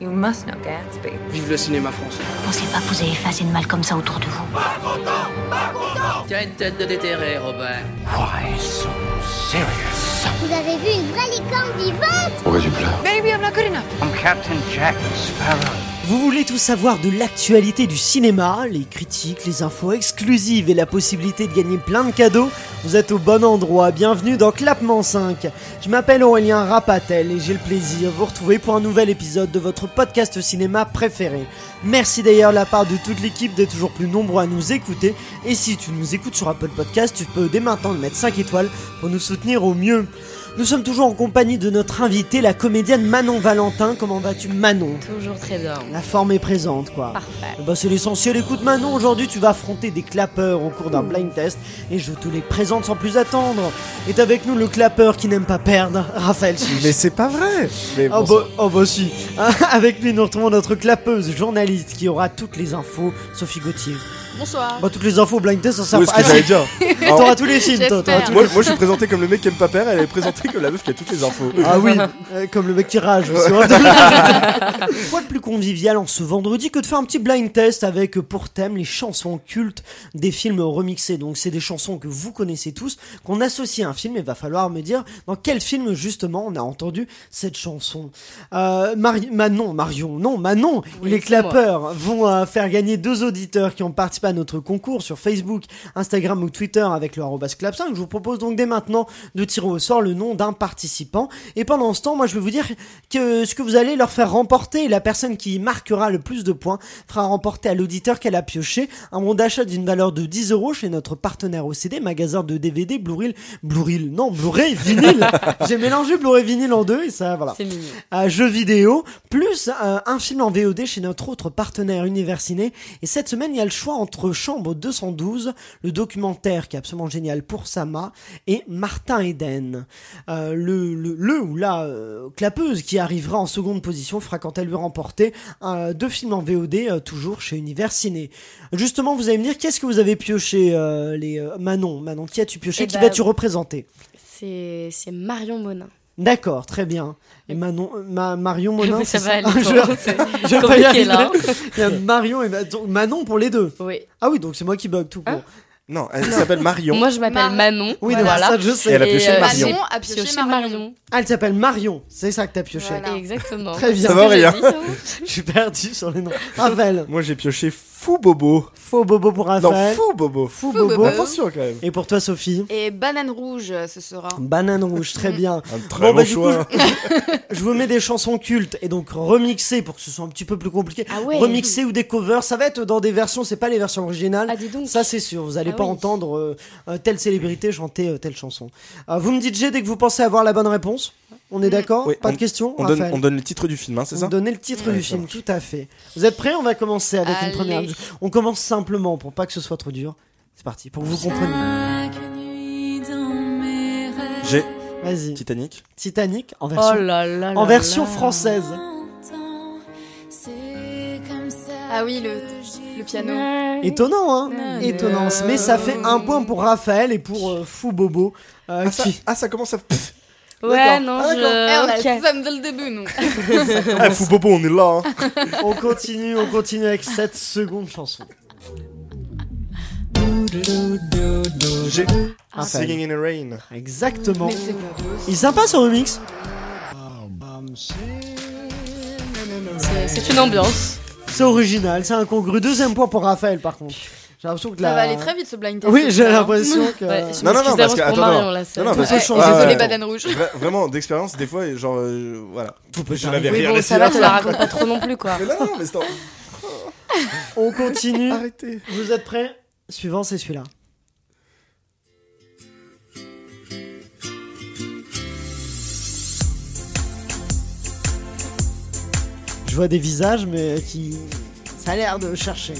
You must know Gatsby. Vive le cinéma français. Pensez pas que vous avez fait assez de mal comme ça autour de vous. Tiens une tête de déterré, Robert. Vous avez vu une vraie licorne vivante Maybe I'm not good enough. Vous voulez tout savoir de l'actualité du cinéma, les critiques, les infos exclusives et la possibilité de gagner plein de cadeaux Vous êtes au bon endroit, bienvenue dans Clapement 5. Je m'appelle Aurélien Rapatel et j'ai le plaisir de vous retrouver pour un nouvel épisode de votre podcast cinéma préféré. Merci d'ailleurs de la part de toute l'équipe d'être toujours plus nombreux à nous écouter et si tu nous écoutes sur Apple Podcast, tu peux dès maintenant le mettre 5 étoiles pour nous soutenir au mieux. Nous sommes toujours en compagnie de notre invitée, la comédienne Manon Valentin. Comment vas-tu Manon Toujours très bien. la forme est présente, quoi. Parfait. Bah, c'est l'essentiel. Écoute, Manon, aujourd'hui, tu vas affronter des clapeurs au cours d'un blind test et je te les présente sans plus attendre. Est avec nous le clapeur qui n'aime pas perdre, Raphaël Chiche. Mais c'est pas vrai Mais Oh bon bah, oh bah si Avec lui nous retrouvons notre clapeuse journaliste qui aura toutes les infos, Sophie Gauthier. Bonsoir. Bah toutes les infos blind test ça Ah, ça- sert Où est-ce pas. que j'allais dire Ah, T'auras tous les films toi, t'auras J'espère. tous moi, moi, je suis présenté comme le mec qui aime pas perdre, elle est présentée comme la meuf qui a toutes les infos. Ah oui, euh, comme le mec qui rage. aussi. hein. Quoi de plus convivial en ce vendredi que de faire un petit blind test avec euh, pour thème les chansons cultes des films remixés. Donc c'est des chansons que vous connaissez tous, qu'on associe à un film et va falloir me dire dans quel film justement on a entendu cette chanson. Euh, Mari- Manon, Marion, non, Manon, Oui, les c'est moi. clapeurs vont euh, faire gagner deux auditeurs qui ont participé à notre concours sur Facebook, Instagram ou Twitter avec le arrobas clap5. Je vous propose donc dès maintenant de tirer au sort le nom d'un participant. Et pendant ce temps, moi je vais vous dire que ce que vous allez leur faire remporter, la personne qui marquera le plus de points fera remporter à l'auditeur qu'elle a pioché un bon d'achat d'une valeur de 10 euros chez notre partenaire OCD, magasin de DVD, Blu-ray, Blu-ray, non, Blu-ray, vinyle. J'ai mélangé Blu-ray vinyle en deux et ça, voilà C'est mignon. à jeux vidéo, plus euh, un film en VOD chez notre autre partenaire Universiné. Et cette semaine, il y a le choix entre Chambre 212, le documentaire qui est absolument génial pour Sama, et Martin Eden. Euh, le, le, le ou la euh, clapeuse qui arrivera en seconde position fera quant à lui remporter euh, deux films en VOD, euh, toujours chez Universiné. Justement, vous allez me dire, qu'est-ce que vous avez pioché, euh, les euh, Manon Manon, qui as-tu pioché Eh Qui ben, vas-tu représenter C'est c'est Marion Monin. D'accord, très bien. Et Manon, euh, Ma- Marion Monin, ça c'est va aller. Ah, je- toi. C'est je vais pas y compliqué arriver. là. Il y a Marion et Ma- donc Manon pour les deux. Oui. Ah oui, donc c'est moi qui bug tout court. Hein Non, elle s'appelle Marion. Moi je m'appelle Mar- Manon. oui, voilà. donc ça je sais. Et elle a pioché euh, Marion. c'est- Manon a c'est pioché aussi Marion. Marion. Ah, elle s'appelle Marion. C'est ça que t'as pioché. Voilà. Exactement. Très bien. Ça va, C'est ce Aurélien que j'ai dit, ça va Je suis perdu sur les noms. Raphaël. Moi, j'ai pioché Fou Bobo. Faux bobo pour Non, Ah, Raphaël. Fou Bobo. Fou Fou bobo. bobo. Attention quand même. Et pour toi, Sophie. Et banane rouge, euh, ce sera. Banane rouge, Mm. très bien. Un très Bon, bon bah, du choix. coup, je, je vous mets des chansons cultes et donc remixées pour que ce soit un petit peu plus compliqué. Ah ouais. Remixées ou des covers, ça va être dans des versions, c'est pas les versions originales. Ah dis donc. Ça c'est sûr, vous allez Ah pas oui. entendre euh, euh, telle célébrité chanter euh, telle chanson. Euh, vous me dites G dès que vous pensez avoir la bonne réponse. On Mm. est d'accord Oui, Pas de question on, donne, Raphaël on donne le titre du film, hein, c'est Vous ça donnez le titre Ouais, du ça film, tout à fait. Vous êtes prêts On va commencer avec une Allez. première. On commence simplement pour pas que ce soit trop dur. C'est parti, pour que vous compreniez. J'ai Vas-y. Titanic. Titanic en version, Oh là là. en là version là. française. Ah oui, le, le piano. Étonnant, hein Ouais. Étonnant. Mais ça fait un point pour Raphaël et pour euh, Fou Bobo. euh, Ah, ça, qui... ah, ça commence à. Ouais, non, Ah, Eh, on a je. le Ok. fun dès le début, nous. Ah, Fou Bobo, on est là. hein. On continue, on continue avec cette seconde chanson. J'ai Raphaël. Singing in the Rain. Exactement. Mais c'est pas possible. Il est sympa ce remix. C'est- C'est une ambiance. C'est original, c'est incongru. Deuxième point pour Raphaël par contre. J'ai l'impression que la... Ça va aller très vite, ce blind test. Oui, j'ai ça, hein. l'impression que. Ouais, je euh, Non, non, non, m'excuse parce d'avance que- pour attends, Marion, non. là, c'est- Non, non, parce peut Ouais, changer. désolé, Ouais, ouais. banane rouge. Vra- vraiment, d'expérience, des fois, genre, euh, voilà. Tout peut Je arriver. l'avais Oui, rien bon, laissé ça va, là. te la raconte pas trop non plus, quoi. Mais non, non, mais c'est. en- On continue. Arrêtez. Vous êtes prêts Suivant, c'est celui-là. Je vois des visages, mais qui. Ça a l'air de chercher.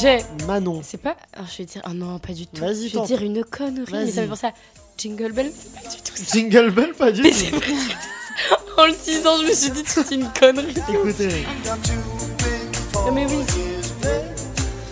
J'ai. Manon. C'est pas. Alors, je vais dire. Ah non, pas du tout. Vas-y, Je vais tente. dire une connerie. Mais Vas-y. ça me fait penser à Jingle Bell. C'est pas du tout ça. Jingle Bell, pas du Mais tout. c'est pas du tout ça. En le disant, je me suis dit, c'est une connerie. Écoutez. Non, mais oui.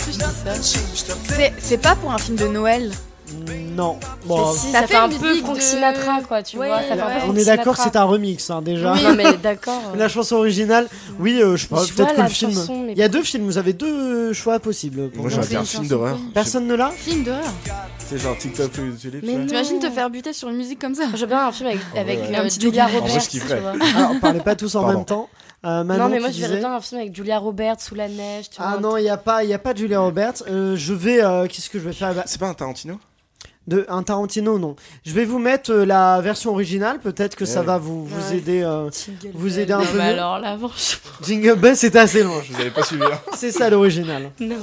Je dis ça. C'est- C'est pas pour un film de Noël. Mm, Non. Bon, Si, Ça ça, fait fait un une peu musique Frank de- Sinatra, quoi, tu Ouais, vois. Ça fait un peu ouais. Frank on est d'accord, c'est Sinatra. un remix hein, déjà. Oui, mais d'accord. euh. La chanson originale, oui, euh, je sais pas, Tu peut-être vois, que le la film. chanson, mais- Il y a deux films, vous avez deux choix possibles. Pour Moi nous. j'aurais fait bien un une film chanson d'horreur. Personne ne l'a Film d'horreur. C'est genre TikTok ou YouTube. Mais tu vois. non. T'imagines te faire buter sur une musique comme ça J'aime bien un film avec, Ah avec ouais. euh, Un petit document. Julia En vrai, Roberts. je kifferais. tu vois. Alors, parlez Ah, pas tous en Pardon. même temps. Euh, Manon, Non, mais moi, tu je verrais disais- bien un film avec Julia Roberts sous la neige. Tu Ah vois, non, il n'y a pas, il y a pas de Julia Roberts. Euh, je vais, euh, qu'est-ce que je vais faire bah, C'est pas un Tarantino de un Tarantino Non, je vais vous mettre euh, la version originale. Peut-être que ça Ouais. va vous, vous Ouais. aider. euh, Vous aider un Non, peu mais mieux. alors là, franchement, Jingle Bell, c'était assez loin. Je vous avais pas suivi. hein. C'est ça l'original. non.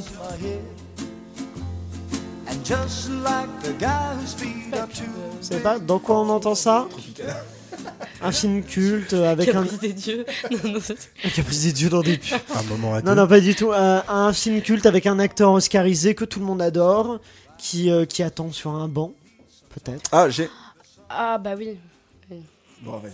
Vous savez pas dans quoi on entend ça Un film culte euh, avec un Caprice des dieux. Non, non, c'est- Caprice des dieux dans des pubs. Un moment à Non, non, pas du tout. Euh, un film culte avec un acteur oscarisé que tout le monde adore, qui euh, qui attend sur un banc, peut-être. Ah, j'ai. Ah, bah oui. Bon, vas-y.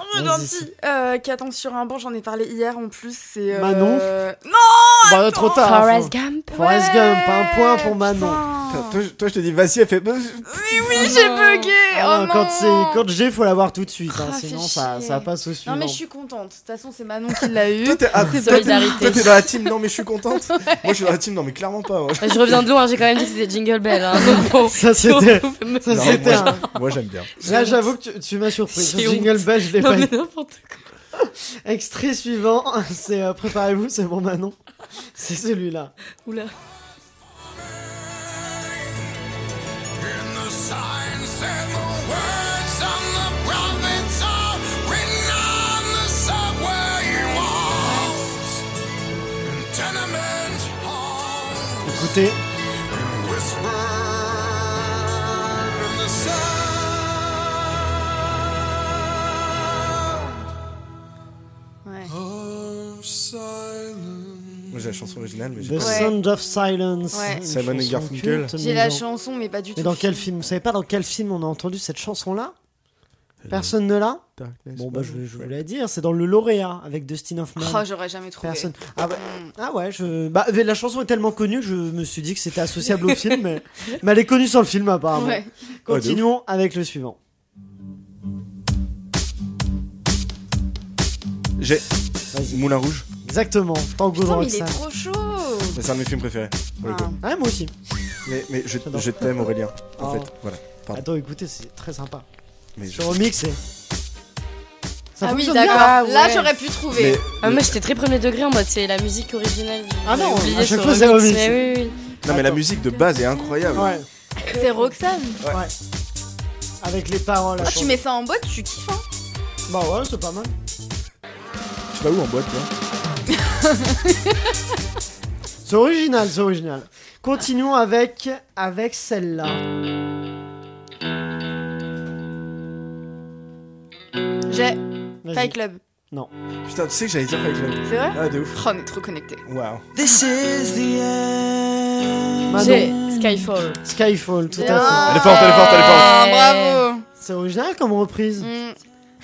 Oh, mais Vas-y, gentil euh, Qui attend sur un banc, j'en ai parlé hier en plus. C'est. euh, Manon Non Bah, trop tard. Forrest faut- Gump. Forrest ouais, Gump, un point pour Manon. putain. Toi, je- toi, je te dis, vas-y, elle fait. Oui, j'ai bugué Ah oh, non, quand non. c'est quand j'ai, faut l'avoir tout de suite. hein, Ah, fais sinon, ça, chier. ça passe au suivant. Non, mais je suis contente. De toute façon, c'est Manon qui l'a eu. Toi, t'es ah, toi, t'es- Solidarité. toi, t'es dans la team, non, mais je suis contente. Moi, je suis dans la team, non, mais clairement pas. moi. Je reviens de loin, j'ai quand même dit que c'était Jingle Bell. Hein. donc bon. Ça, c'était- Donc, me- Ça, Non, c'était moi, un- Moi, j'aime bien. Là, j'avoue que tu, tu m'as surpris. J'ai Ce jingle honte. bell, je l'ai Non, pas. mais eu. n'importe quoi. Extrait suivant, c'est euh, préparez-vous, c'est mon Manon. C'est celui-là. Oula. Écoutez, Ouais. Oh, Moi, j'ai la chanson originale, The mais j'ai pas. Ouais. Sound of Silence. Ouais. une Simon chanson et Garfunkel. culte, J'ai mais la dans- chanson, mais pas du tout. Mais dans quel film Vous savez pas dans quel film on a entendu cette chanson-là Personne ne l'a Bon, bah, je, vais- je vais la dire. C'est dans Le Lauréat avec Dustin Hoffman. Oh, j'aurais jamais trouvé. Hmm. Personne. Ah ouais, ah ouais je... bah, la chanson est tellement connue, je me suis dit que c'était associable au film, mais... mais elle est connue sans le film apparemment. Ouais. Ouais, de ouf. Continuons avec le suivant. J'ai. Vas-y. Moulin Rouge. Exactement, Tango Putain, dans mais il est Roxane. trop chaud Mais C'est un de mes films préférés. pour le coup. Ah. Ah, moi aussi. Mais, mais je, J'adore. je t'aime, Aurélien. En Ah. fait, voilà. Pardon. Attends, écoutez, c'est très sympa. Mais je- Sur remix, c'est. Ah Ça oui, fonctionne d'accord. bien. Ah, Là, ouais. j'aurais pu Mais, trouver. Ah, moi j'étais très premier degré en mode c'est la musique originale. du- Ah non, J'avais oublié à chaque ce fois, c'est remix, remix. mais oui, oui, non, mais la Attends. musique de base est incroyable. Ouais, C'est Roxane. ouais. Avec les paroles. Oh, tu mets ça en boîte, tu kiffes, hein Bah ouais, c'est pas mal. Je sais pas où en boîte, là. C'est original, c'est original. Continuons avec, avec celle-là. J'ai Vas-y. Fight Club. Putain, tu sais que j'allais dire avec la. C'est vrai Ah, de ouf. Oh, on est trop connectés. Waouh. oui. Manon, J'ai Skyfall. Skyfall, tout à fait. Ah, Allez, forte, allez, forte, allez, forte. Ah, bravo C'est original comme reprise. Mm.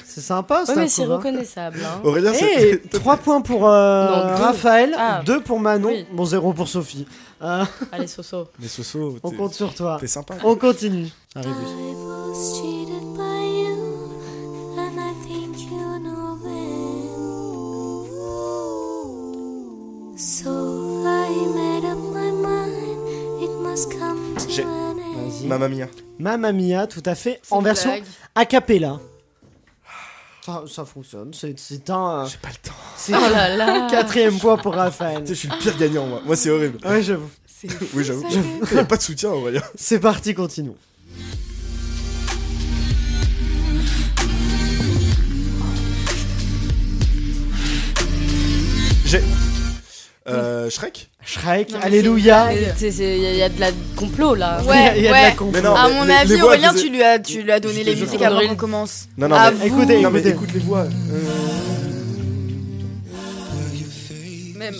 C'est sympa, ça. Ouais, mais c'est Cora. reconnaissable. Hein. Aurélien, Hey, 3 points pour euh, Non, deux. Raphaël, Ah. 2 pour Manon, Oui. bon 0 pour Sophie. Euh, Allez, Soso. Mais Soso, on t'es- compte sur toi. t'es sympa. On continue. Ça arrive. J'ai. Vas-y. Mamma mia. Mamma Mia, tout à fait, C'est en une version blague. a cappella. Ça, ça fonctionne, c'est c'est un... euh, J'ai pas le temps. C'est Oh là là. quatrième point pour Raphaël. Tu sais, je suis le pire gagnant, moi. Moi, c'est horrible. Ouais, j'avoue. C'est Oui, j'avoue. Il y a pas de soutien, Aurélien. C'est parti, continuons. J'ai. Euh, Shrek Shrek, Non, mais alléluia. c'est- C'est- c'est- Il y, a- il y a de la complot là. Il y a- Ouais, il y a de la ouais. compo. Mais non. À les- mon les- avis, les voix Aurélien, faisaient- tu lui as, ah, tu lui as donné Je- les je- musiques avant qu'on Aurélien. commence. Non, non, Ah, mais. Écoutez, non, mais écoutez. écoute les voix. Euh, Même,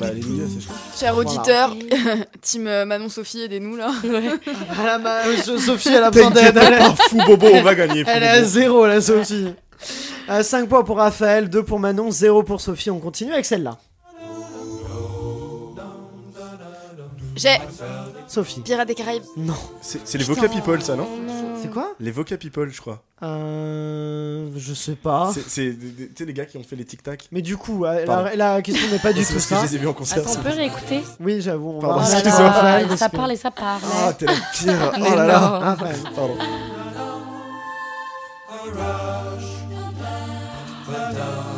Bah, Alléluia, c'est Shrek. cher Voilà. auditeur, team euh, Manon Sophie, aidez-nous là. Ah, là, ma- euh, So- Sophie, elle a besoin d'aide. Elle, est- Ah, fou bobo, on va gagner. fou Ah, elle est à bobo. zéro, la Sophie. 5 points pour Raphaël, 2 pour Manon, 0 pour Sophie. On continue avec celle-là. J'ai Sophie. Pirates des Caraïbes. Non. C'est c'est les Putain, Voca People, ça, non C'est quoi Les Voca People, je crois. Euh. Je sais pas. C'est- C'est des- des- tu sais, les gars qui ont fait les tic-tac. Mais du coup, euh, la, Pardon. la question n'est pas du C'est tout parce que je ça. les ai vus en concert. Attends, on ça. peut réécouter Oui, j'avoue. on va- Pardon, on va- excusez-moi. on va- on va- Ça parle et ça parle. Ah, t'es la pire. Mais Oh là là. non. Ah, ouais. Pardon.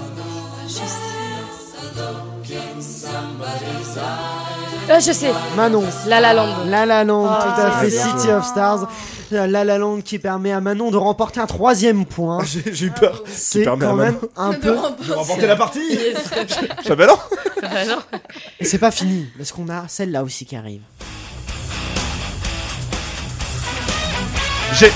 Euh, Ah, je sais. Manon. La La Land. La La Land, Ah, tout à fait, c'est bien. City of Stars. La La Land qui permet à Manon de remporter un troisième point. Ah, J'ai j'ai eu peur. C'est quand permet à même un peu. J'ai remporté la partie Ah bah non Et c'est pas fini, parce qu'on a celle-là aussi qui arrive. J'ai.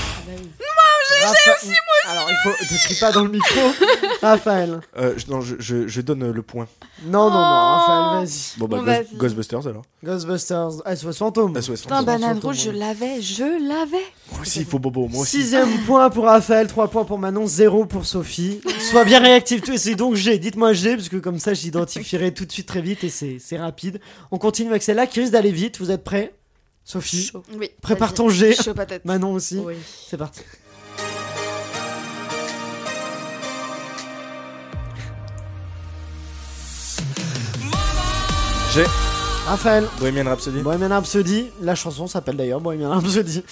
Ah bah Rapha- Alors, il faut. Ne crie pas dans le micro, Raphaël. Euh, je- non, je, je- je donne euh, le point. Non, non, non, Oh. Raphaël, vas-y. Bon bah, Bon, Ghost- vas-y. Ghostbusters alors. Ghostbusters, SOS Fantôme. SOS. Putain, Fantôme. banane rouge, je l'avais, je l'avais. Moi aussi, il faut Bobo. Moi aussi. Sixième point pour Raphaël, 3 points pour Manon, 0 pour Sophie. Sois bien réactif, tout- c'est donc G, dites-moi G, parce que comme ça j'identifierai tout de suite très vite et c'est c'est rapide. On continue avec celle-là qui risque d'aller vite, vous êtes prêts Sophie, Oui. Prépare vas-y. ton jet. Chaud patate. Manon aussi, Oui. c'est parti. J'ai. Raphaël, Bohemian Rhapsody. Bohemian Rhapsody, la chanson s'appelle d'ailleurs Bohemian Rhapsody.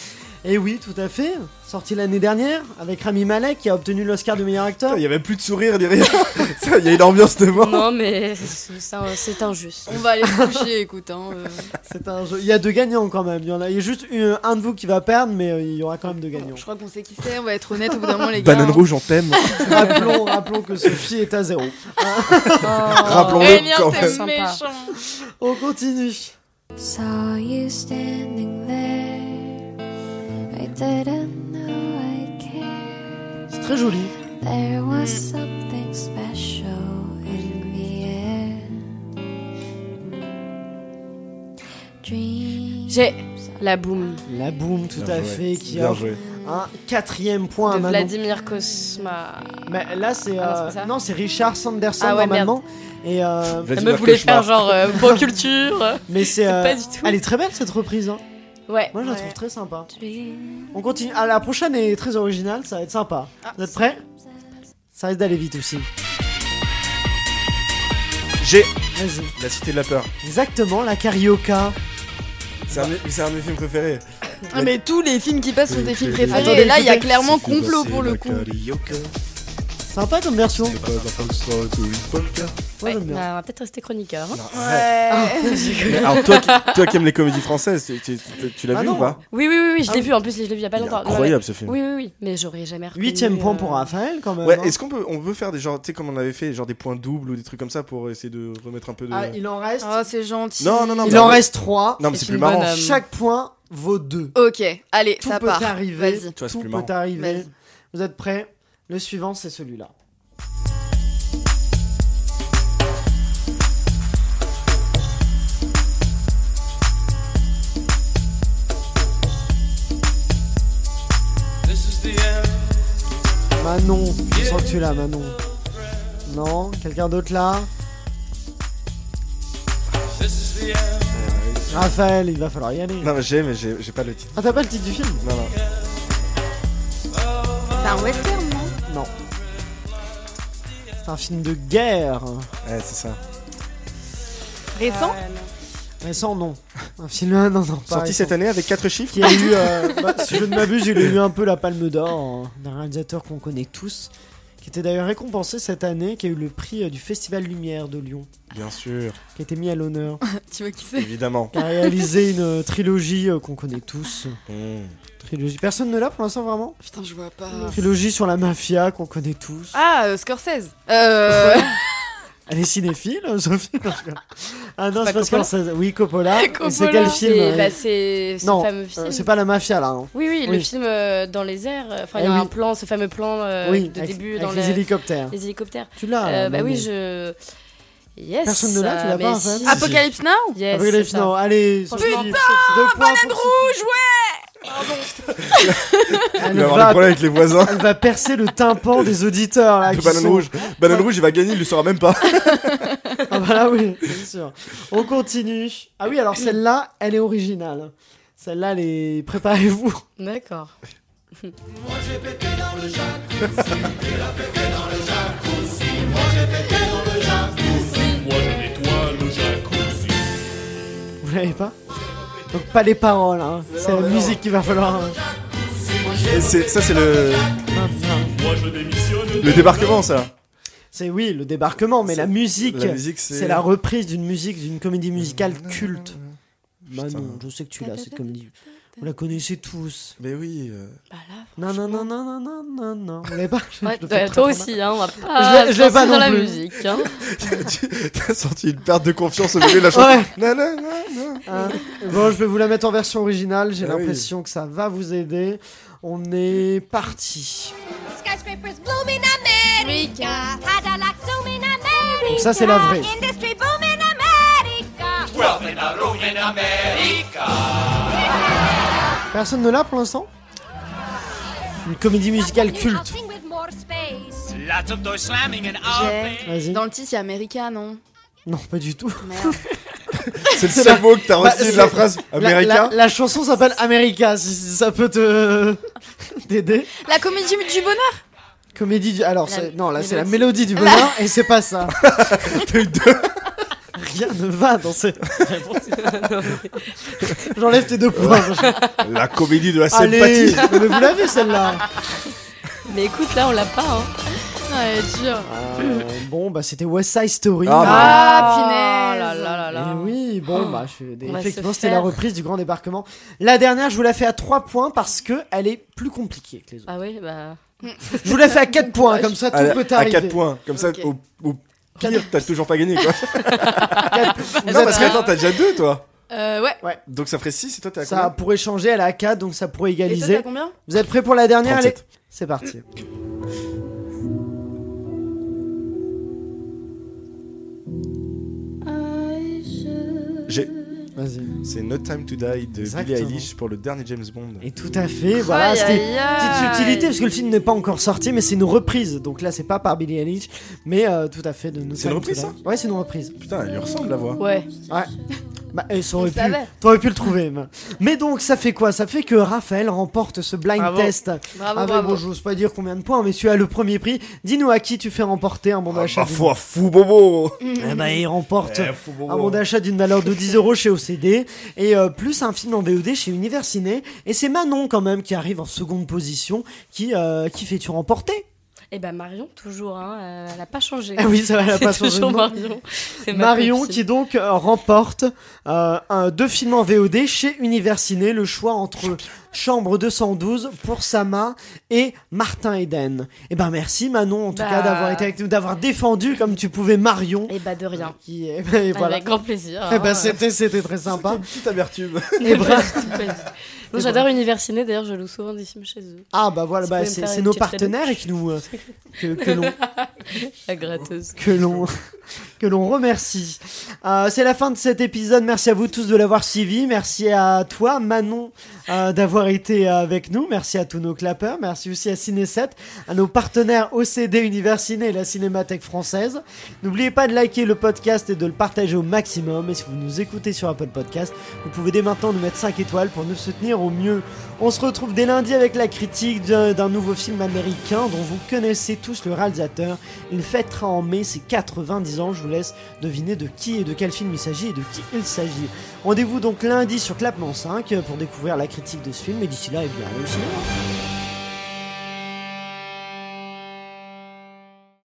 Et oui, tout à fait, sortie l'année dernière avec Rami Malek qui a obtenu l'Oscar du meilleur acteur. Il y avait plus de sourire ni rien. Ça, Il y a une ambiance devant. Non, mais c'est c'est un- c'est injuste. On va aller se coucher, écoute. Hein, euh. C'est un jeu. Il y a deux gagnants quand même, il y, en a... il y a juste une- un de vous qui va perdre, mais euh, il y aura quand même deux gagnants. Je crois qu'on sait qui c'est, on va être honnête au bout d'un moment, les gars. Banane rouge, on t'aime. rappelons, rappelons que Sophie est à zéro. Oh. Eh Rappelons-le bien, quand même. t'es Sympa. méchant. On continue. Saw you standing there. I didn't know I cared. C'est très joli. There was something special in the air. Dream. J'ai la boum La boum, tout à fait, qui Bien offre joué. un quatrième point de à Manon. Vladimir Cosma. Mais là, c'est euh, Ah non, c'est pas ça. non, c'est Richard Sanderson Ah ouais, normalement. Et euh, Vas-y, La Marc meuf voulait Cauchemar. faire genre euh, bon culture. mais c'est euh, pas du tout. elle est très belle cette reprise. hein. Ouais. Moi, je la Ouais. trouve très sympa. Dream. On continue. Ah, la prochaine est très originale, ça va être sympa. Vous êtes prêts Ça risque d'aller vite aussi. J'ai. Vas-y. La cité de la peur. Exactement, la carioca. C'est un, de mes- c'est un de mes films préférés. Ah, mais tous les films qui passent sont tes films préférés. Attendez, et là, il y a écoutez. clairement complot pour le coup. Sympa comme version. Moi, Ouais, j'aime bien. bah, on va peut-être rester chroniqueur. hein. Mais alors, toi qui, toi qui aimes les comédies françaises, tu, tu- tu- tu l'as Ah vu non. ou pas Oui, oui, oui, oui, je Ah l'ai oui. vu. En plus, je l'ai vu il y a pas Il est longtemps. Incroyable ce Ouais. film. Oui, oui, oui. Mais j'aurais jamais reconnu. Huitième point euh, pour Raphaël quand même. Ouais, hein. est-ce qu'on peut, on peut faire des genres, tu sais, comme on avait fait, genre des points doubles ou des trucs comme ça pour essayer de remettre un peu de. Ah, il en reste. Oh, c'est gentil. Non, non, non, Il mais- en reste trois. Non, mais c'est c'est une plus marrant. bonne, euh, Chaque point vaut deux. Ok, allez, Tout ça peut part. arriver. Vas-y. Tu vois, c'est Tout plus peut marrant. arriver. Vas-y. Vous êtes prêts Le suivant, c'est celui-là. Manon, je sens que tu l'as, Manon. Non, quelqu'un d'autre là Raphaël, il va falloir y aller. Non, mais j'ai, mais j'ai j'ai pas le titre. Ah, t'as pas le titre du film Non, non. C'est un western, non Non. C'est un film de guerre. Ouais, c'est ça. Récent Récent, non. Un film, non, non, pas Sorti récent. cette année avec 4 chiffres Qui a eu, euh, bah, si je ne m'abuse, il a eu un peu la palme d'or euh, d'un réalisateur qu'on connaît tous, qui était d'ailleurs récompensé cette année, qui a eu le prix euh, du Festival Lumière de Lyon, Bien sûr, qui a été mis à l'honneur, Tu vois qui c'est évidemment. qui a réalisé une euh, trilogie euh, qu'on connaît tous. Mm. Trilogie. Personne ne l'a pour l'instant vraiment Putain, je vois pas. Trilogie sur la mafia qu'on connaît tous. Ah, euh, Scorsese. Euh. Elle est cinéphile, euh, Sophie Non, je rigole. Ah non, pas c'est parce que ça- oui, Coppola. Et C'est Coppola. quel C'est film euh, bah, c'est ce Non, fameux film. euh, c'est pas la mafia là. hein. Oui, oui, Oui. le film euh, dans les airs. Enfin, il y Eh a oui. un plan, ce fameux plan euh, oui, de avec, début avec dans les le- hélicoptères. les hélicoptères. Tu l'as. Euh, là, bah Manon. oui, je. Yes. Personne ne l'a, tu euh, l'as pas, mais en fait. si. Ah, Apocalypse Now Yes, Apocalypse c'est ça. Now, allez, Franchement, Sophie, putain, deux points pour Rouge, ouais Sophie. Ah, Elle Il va avoir des va, problèmes avec les voisins. elle va percer le tympan des auditeurs là. De Ah, qui Banane sont- rouge. Banane rouge, il va gagner, il le saura même pas. Ah bah là, oui, bien sûr. On continue. Ah oui, alors celle-là, elle est originale. Celle-là, elle est... Préparez-vous. D'accord. Vous l'avez pas Donc pas les paroles, hein. c'est la musique qu'il va falloir... hein. Et c'est- ça, c'est le, le débarquement, ça. C'est oui, le débarquement, mais la musique, La musique, c'est. c'est la reprise d'une musique, d'une comédie musicale culte. Bah Putain. non, je sais que tu l'as, cette comédie. Vous la connaissez tous. Mais oui. euh, Bah là, Non, non, non, non, non, non, non, non. Vous l'avez pas Je Ouais, le bah, fais très, très toi mal. aussi, hein, on va pas Je l'ai- je l'ai sortir pas non dans la plus. musique. Hein. T'as senti une perte de confiance au milieu de la chanson. Ouais. Non, non, non, non. Hein. Bon, je vais vous la mettre en version originale, j'ai Ah oui. l'impression que ça va vous aider. On est parti. Skyscrapers blooming America. Cadillac zooming America. Donc ça, c'est la vraie. Industry booming America. Personne ne l'a pour l'instant Une comédie musicale culte. J'ai. Vas-y. Dans le titre, il y a America, non Non, pas du tout. Merde. C'est le seul mot que t'as Bah, reçu c'est- de la phrase La- La, américain. la chanson s'appelle America, si si ça peut te t'aider. La comédie du bonheur Comédie du. Alors, La c'est- non, là, c'est la mélodie du bonheur et c'est pas ça. Rien ne va dans cette. J'enlève tes deux points. La... comédie de la Allez, sympathie. mais vous l'avez celle-là. Mais écoute, là, on l'a pas. Hein. Ouais, dur. Euh, bon, bah, c'était West Side Story. Ah, Ah, Ah, punaise. là, là, là, là. Eh oui, bon, bah, je- On va effectivement, se c'était la faire. reprise du grand débarquement. La dernière, je vous la fais à 3 points parce que elle est plus compliquée que les autres. Ah oui, bah. Je vous la fais à 4 points, comme ça tout À, la- peut à t'arriver. 4 points. Comme ça, Ok. au, au pire, t'as toujours pas gagné, quoi. Vous non, êtes- parce que attends, t'as déjà 2, toi. Bah, Euh, ouais. Donc ça ferait 6 et toi, t'es à Ça combien pourrait changer, elle est à 4, donc ça pourrait Et toi, t'as égaliser. combien Vous êtes prêts pour la dernière Allez, 37. c'est parti. J'ai- Vas-y. C'est No Time to Die de Exactement. Billie Eilish pour le dernier James Bond. Et tout à fait, voilà, c'était une petite subtilité parce que le film n'est pas encore sorti, mais c'est une reprise. Donc là, c'est pas par Billie Eilish, mais euh, tout à fait de nous. C'est une reprise, ça Ouais, c'est une reprise. Putain, elle lui ressemble la voix. Ouais. Bah, et ça aurait pu, savait. t'aurais pu le trouver. même. Mais donc, ça fait quoi Ça fait que Raphaël remporte ce blind Bravo. Ah, test. Bravo, avec, bravo. bon, j'ose pas dire combien de points, mais tu as le premier prix. Dis-nous à qui tu fais remporter un bon Ah, d'achat. bah, d'une- fou, fou bobo. Eh ben, il remporte Eh, fou bobo. un bon d'achat d'une valeur de 10 euros chez OCD et euh, plus un film en VOD chez Univers Ciné. Et c'est Manon quand même qui arrive en seconde position, qui euh, qui fait tu remporter Et bah, Marion, toujours, hein, euh, elle a pas changé. Ah oui, ça va, elle a pas changé de toujours nom. Marion. C'est ma Marion copine. qui donc euh, remporte euh, un, deux films en VOD chez Univers Ciné, le choix entre Chambre 212 pour Sama et Martin Eden. Et ben merci Manon en tout Bah. cas d'avoir été avec nous, d'avoir défendu comme tu pouvais Marion. Et bah, de rien. Qui est- et voilà. Avec grand plaisir. Eh hein. ben c'était c'était très sympa. Petite amertume. Et bref. Non, J'adore Univers Ciné, d'ailleurs, je loue souvent des films chez eux. Ah bah voilà, Si bah, vous pouvez me c'est faire c'est une nos petite partenaires et qui nous euh, que, que l'on La gratteuse. que l'on que l'on remercie. Euh, c'est la fin de cet épisode. Merci à vous tous de l'avoir suivi. Merci à toi Manon euh, d'avoir été euh, avec nous. Merci à tous nos clappeurs. Merci aussi à Ciné7, à nos partenaires OCD Univers Ciné et la Cinémathèque française. N'oubliez pas de liker le podcast et de le partager au maximum. Et si vous nous écoutez sur Apple Podcast, vous pouvez dès maintenant nous mettre 5 étoiles pour nous soutenir au mieux. On se retrouve dès lundi avec la critique d'un d'un nouveau film américain dont vous connaissez tous le réalisateur. Il fêtera en mai ses 90 ans. Je vous laisse deviner de qui et de quel film il s'agit et de qui il s'agit. Rendez-vous donc lundi sur Clapement 5 pour découvrir la critique de ce film. Et d'ici là, eh bien, allez au cinéma.